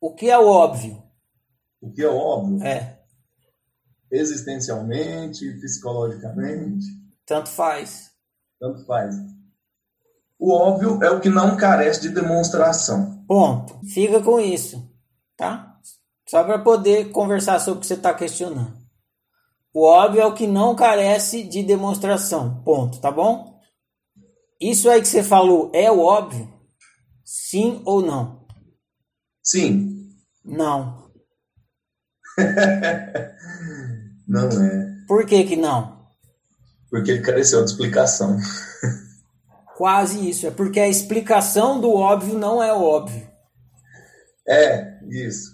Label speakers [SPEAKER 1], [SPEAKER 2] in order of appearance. [SPEAKER 1] O que é o óbvio?
[SPEAKER 2] O que é óbvio,
[SPEAKER 1] É,
[SPEAKER 2] existencialmente, psicologicamente,
[SPEAKER 1] tanto faz.
[SPEAKER 2] tanto faz. O óbvio é o que não carece de demonstração.
[SPEAKER 1] Ponto. Fica com isso, tá? Só para poder conversar sobre o que você está questionando. O óbvio é o que não carece de demonstração. Ponto, tá bom? Isso aí que você falou é o óbvio? Sim ou não?
[SPEAKER 2] Sim,
[SPEAKER 1] Não.
[SPEAKER 2] não é,
[SPEAKER 1] Por que que não?
[SPEAKER 2] porque ele careceu de explicação.
[SPEAKER 1] Quase isso. É porque a explicação do óbvio não é o óbvio.
[SPEAKER 2] É, isso.